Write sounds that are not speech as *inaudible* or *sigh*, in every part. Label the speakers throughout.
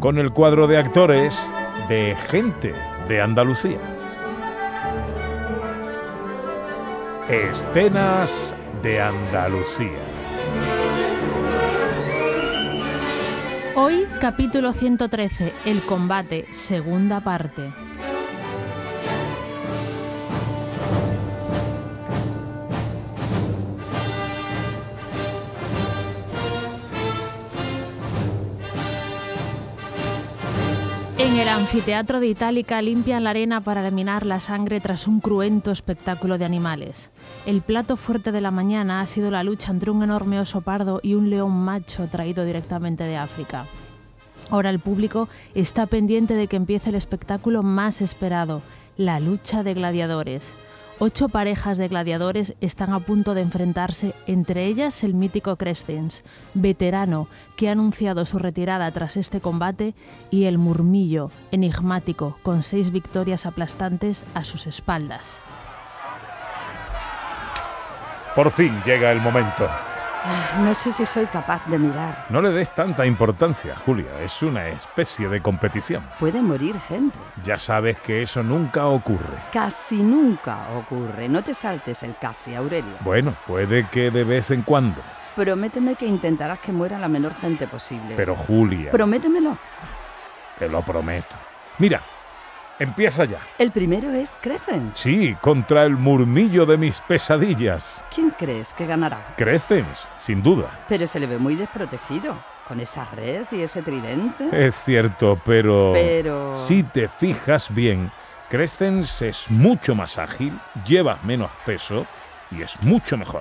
Speaker 1: Con el cuadro de actores de Gente de Andalucía. Escenas de Andalucía.
Speaker 2: Hoy, capítulo 113, El combate, segunda parte. En el anfiteatro de Itálica limpian la arena para eliminar la sangre tras un cruento espectáculo de animales. El plato fuerte de la mañana ha sido la lucha entre un enorme oso pardo y un león macho traído directamente de África. Ahora el público está pendiente de que empiece el espectáculo más esperado, la lucha de gladiadores. Ocho parejas de gladiadores están a punto de enfrentarse, entre ellas el mítico Crestens, veterano que ha anunciado su retirada tras este combate, y el Murmillo, enigmático, con seis victorias aplastantes a sus espaldas.
Speaker 1: Por fin llega el momento.
Speaker 3: No sé si soy capaz de mirar.
Speaker 1: No le des tanta importancia, Julia. Es una especie de competición.
Speaker 3: Puede morir gente.
Speaker 1: Ya sabes que eso nunca ocurre.
Speaker 3: Casi nunca ocurre. No te saltes el casi, Aurelio.
Speaker 1: Bueno, puede que de vez en cuando.
Speaker 3: Eh. Prométeme que intentarás que muera la menor gente posible.
Speaker 1: Pero Julia,
Speaker 3: Prométemelo.
Speaker 1: te lo prometo. Mira, empieza ya.
Speaker 3: El primero es Crescens.
Speaker 1: Sí, contra el murmillo de mis pesadillas.
Speaker 3: ¿Quién crees que ganará?
Speaker 1: Crestens, sin duda.
Speaker 3: Pero se le ve muy desprotegido. Con esa red y ese tridente.
Speaker 1: Es cierto, pero...
Speaker 3: Pero-
Speaker 1: Si te fijas bien, Crestens es mucho más ágil, lleva menos peso y es mucho mejor.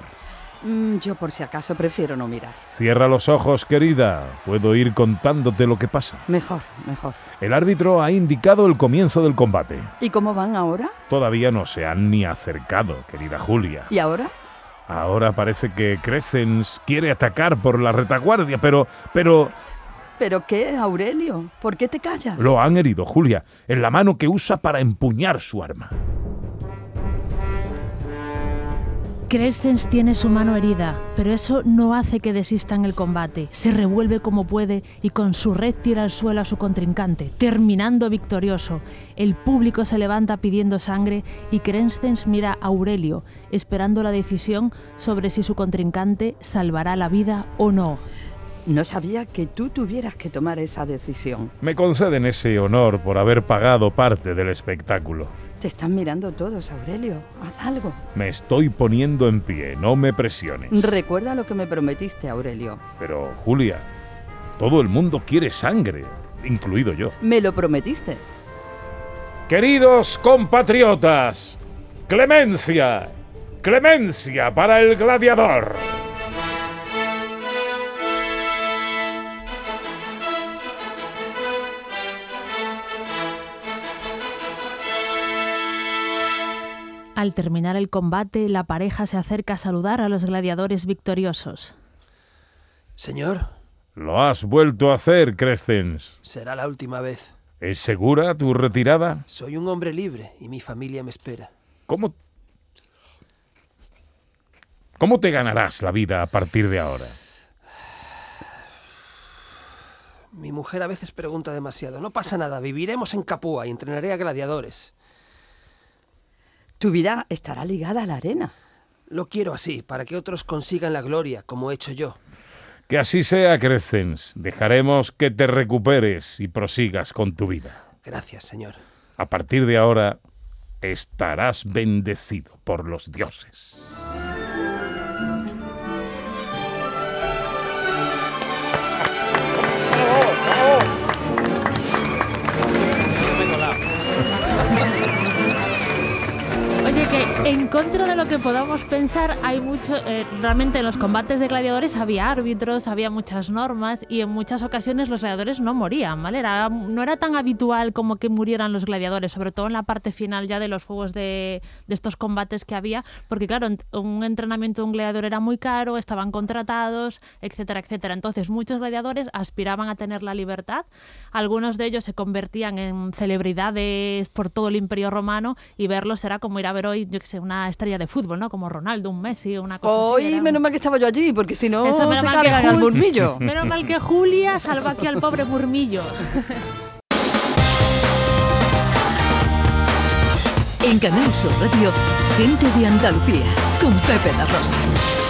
Speaker 3: Mm, yo por si acaso prefiero no mirar.
Speaker 1: Cierra los ojos, querida. Puedo ir contándote lo que pasa.
Speaker 3: Mejor, mejor.
Speaker 1: El árbitro ha indicado el comienzo del combate.
Speaker 3: ¿Y cómo van ahora?
Speaker 1: Todavía no se han ni acercado, querida Julia.
Speaker 3: ¿Y ahora?
Speaker 1: Ahora parece que Crescens quiere atacar por la retaguardia, pero, pero
Speaker 3: ¿Pero qué, Aurelio? ¿Por qué te callas?
Speaker 1: lo han herido, Julia, en la mano que usa para empuñar su arma.
Speaker 2: Crestens tiene su mano herida, pero eso no hace que desista en el combate. Se revuelve como puede y con su red tira al suelo a su contrincante, terminando victorioso. El público se levanta pidiendo sangre y Crestens mira a Aurelio, esperando la decisión sobre si su contrincante salvará la vida o no.
Speaker 3: No sabía que tú tuvieras que tomar esa decisión.
Speaker 1: Me conceden ese honor por haber pagado parte del espectáculo.
Speaker 3: Te están mirando todos, Aurelio. Haz algo.
Speaker 1: Me estoy poniendo en pie, no me presiones.
Speaker 3: Recuerda lo que me prometiste, Aurelio.
Speaker 1: Pero, Julia, todo el mundo quiere sangre, incluido yo.
Speaker 3: Me lo prometiste.
Speaker 1: Queridos compatriotas, clemencia, clemencia para el gladiador.
Speaker 2: Al terminar el combate, la pareja se acerca a saludar a los gladiadores victoriosos.
Speaker 4: Señor,
Speaker 1: Lo has vuelto a hacer, Crescens.
Speaker 4: será la última vez.
Speaker 1: ¿Es segura tu retirada?
Speaker 4: Soy un hombre libre y mi familia me espera.
Speaker 1: ¿Cómo... ¿Cómo te ganarás la vida a partir de ahora?
Speaker 4: Mi mujer a veces pregunta demasiado. No pasa nada, viviremos en Capua y entrenaré a gladiadores.
Speaker 3: Tu vida estará ligada a la arena.
Speaker 4: Lo quiero así, para que otros consigan la gloria, como he hecho yo.
Speaker 1: Que así sea, Crescens. Dejaremos que te recuperes y prosigas con tu vida.
Speaker 4: Gracias, señor.
Speaker 1: A partir de ahora, estarás bendecido por los dioses.
Speaker 2: Oye, que en contra de lo que podamos pensar, hay mucho. eh, realmente en los combates de gladiadores había árbitros, había muchas normas y en muchas ocasiones los gladiadores no morían, ¿vale? Era- no era tan habitual como que murieran los gladiadores, sobre todo en la parte final ya de los juegos de, de estos combates que había, porque claro, ent- un entrenamiento de un gladiador era muy caro, estaban contratados, etcétera, etcétera. Entonces muchos gladiadores aspiraban a tener la libertad, algunos de ellos se convertían en celebridades por todo el imperio romano y verlos era como ir a ver hoy, yo que sé, una estrella de fútbol, ¿no? Como Ronaldo, un Messi, una cosa Pues así.
Speaker 5: Hoy,
Speaker 2: era-
Speaker 5: menos mal que estaba yo allí, porque si no
Speaker 2: Eso, menos
Speaker 5: se
Speaker 2: mal que
Speaker 5: cargan al
Speaker 2: Jul- *laughs*
Speaker 5: murmillo.
Speaker 2: Menos mal que Julia salva aquí al pobre Murmillo.
Speaker 6: En Canal Sur Radio, gente de Andalucía con Pepe La Rosa.